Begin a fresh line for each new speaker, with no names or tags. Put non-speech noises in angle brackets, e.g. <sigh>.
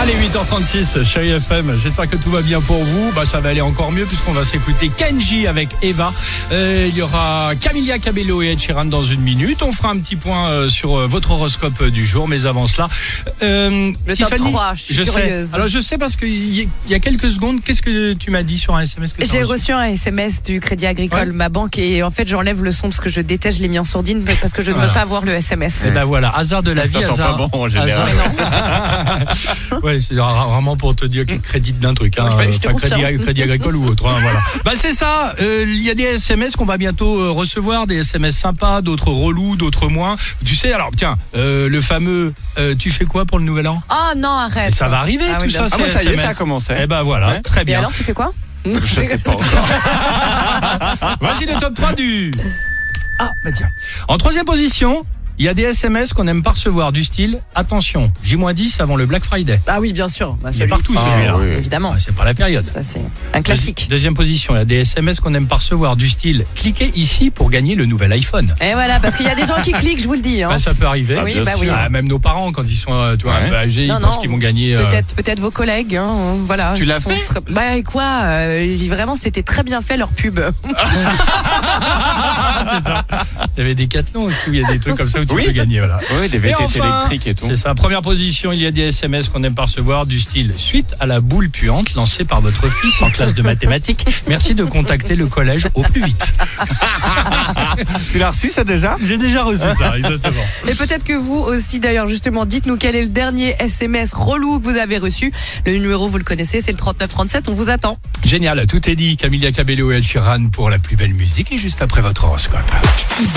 Allez, 8h36, chérie FM, j'espère que tout va bien pour vous. Bah, ça va aller encore mieux puisqu'on va s'écouter Kenji avec Eva. Euh, il y aura Camilla Cabello et Ed Sheeran dans une minute. On fera un petit point euh, sur euh, votre horoscope euh, du jour, mais avant cela... Euh,
Le top 3, je suis
sais-
curieuse.
alors je sais parce qu'il y, il y a quelques secondes, qu'est-ce que tu m'as dit sur un SMS que t'as
J'ai reçu un SMS du Crédit Agricole,
Ouais.
ma banque, et en fait j'enlève le son parce que je déteste, je l'ai mis en sourdine mais parce que je ne
Voilà.
veux pas voir le SMS.
Eh ben voilà, hasard de la vie,
Ah, Ça sent
hasard. Ah,
pas bon en général.
hasard. <laughs> ouais, c'est ra- vraiment pour te dire que crédit d'un truc, hein,
Ouais, je te
enfin, crédit,
confirme.
crédit agricole ou autre. hein, voilà. Bah c'est ça. euh, Il y a des SMS qu'on va bientôt euh, recevoir, des SMS sympas, d'autres relous, d'autres moins. Tu sais, alors tiens, euh, le fameux, euh, tu fais quoi pour le nouvel an
Oh non, arrête.
Ah. Ça va arriver
Ah oui,
tout
bien
ça.
sûr.
Ah, moi,
ces
ça y est,
SMS.
ça a commencé.
Eh ben voilà,
Ouais.
très
Et
bien.
alors tu fais quoi
Je sais pas encore. <laughs>
Voici le top 3 du. Ah, bah tiens. En troisième position, il y a des SMS qu'on aime pas recevoir, du style Attention, J-10 avant le Black Friday.
Ah oui, bien sûr. Bah,
Il est
celui-ci,
partout
euh,
celui-là.
oui.
Évidemment.
Ah, c'est pas la période.
Ça c'est un classique.
Deuxi- Deuxième position, il y a des SMS qu'on aime pas recevoir, du style Cliquez ici pour gagner le nouvel iPhone.
Et voilà, parce qu'il y a des gens qui cliquent, je vous le dis. hein.
Bah, ça peut arriver.
oui,
bien
bah oui.
sûr.
Ah, même nos parents, quand ils sont euh, tu vois, un
Ouais.
peu âgés,
Non,
ils pensent
non,
qu'ils vont gagner. euh,
Peut-être, peut-être vos collègues, hein, voilà.
Tu
Ils
l'as
sont
fait
très- Bah et quoi euh, j'ai- Vraiment, c'était très bien fait leur pub.
c'est ça. Il y avait des cathlons aussi, où il y a des trucs comme ça où tu
Oui.
peux gagner. Voilà.
Oui, des
Et
VTT
enfin,
électriques et tout.
C'est ça. Première position, il y a des SMS qu'on aime pas recevoir du style suite à la boule puante lancée par votre fils en classe de mathématiques. Merci de contacter le collège au plus vite.
Tu l'as reçu ça déjà
J'ai déjà reçu <laughs> ça, exactement.
Et peut-être que vous aussi, d'ailleurs, justement, dites-nous quel est le dernier SMS relou que vous avez reçu. Le numéro, vous le connaissez, c'est le 3937. On vous attend.
Génial, tout est dit. Camilla Cabello et El Chiran pour la plus belle musique et juste après votre horoscope.
6h,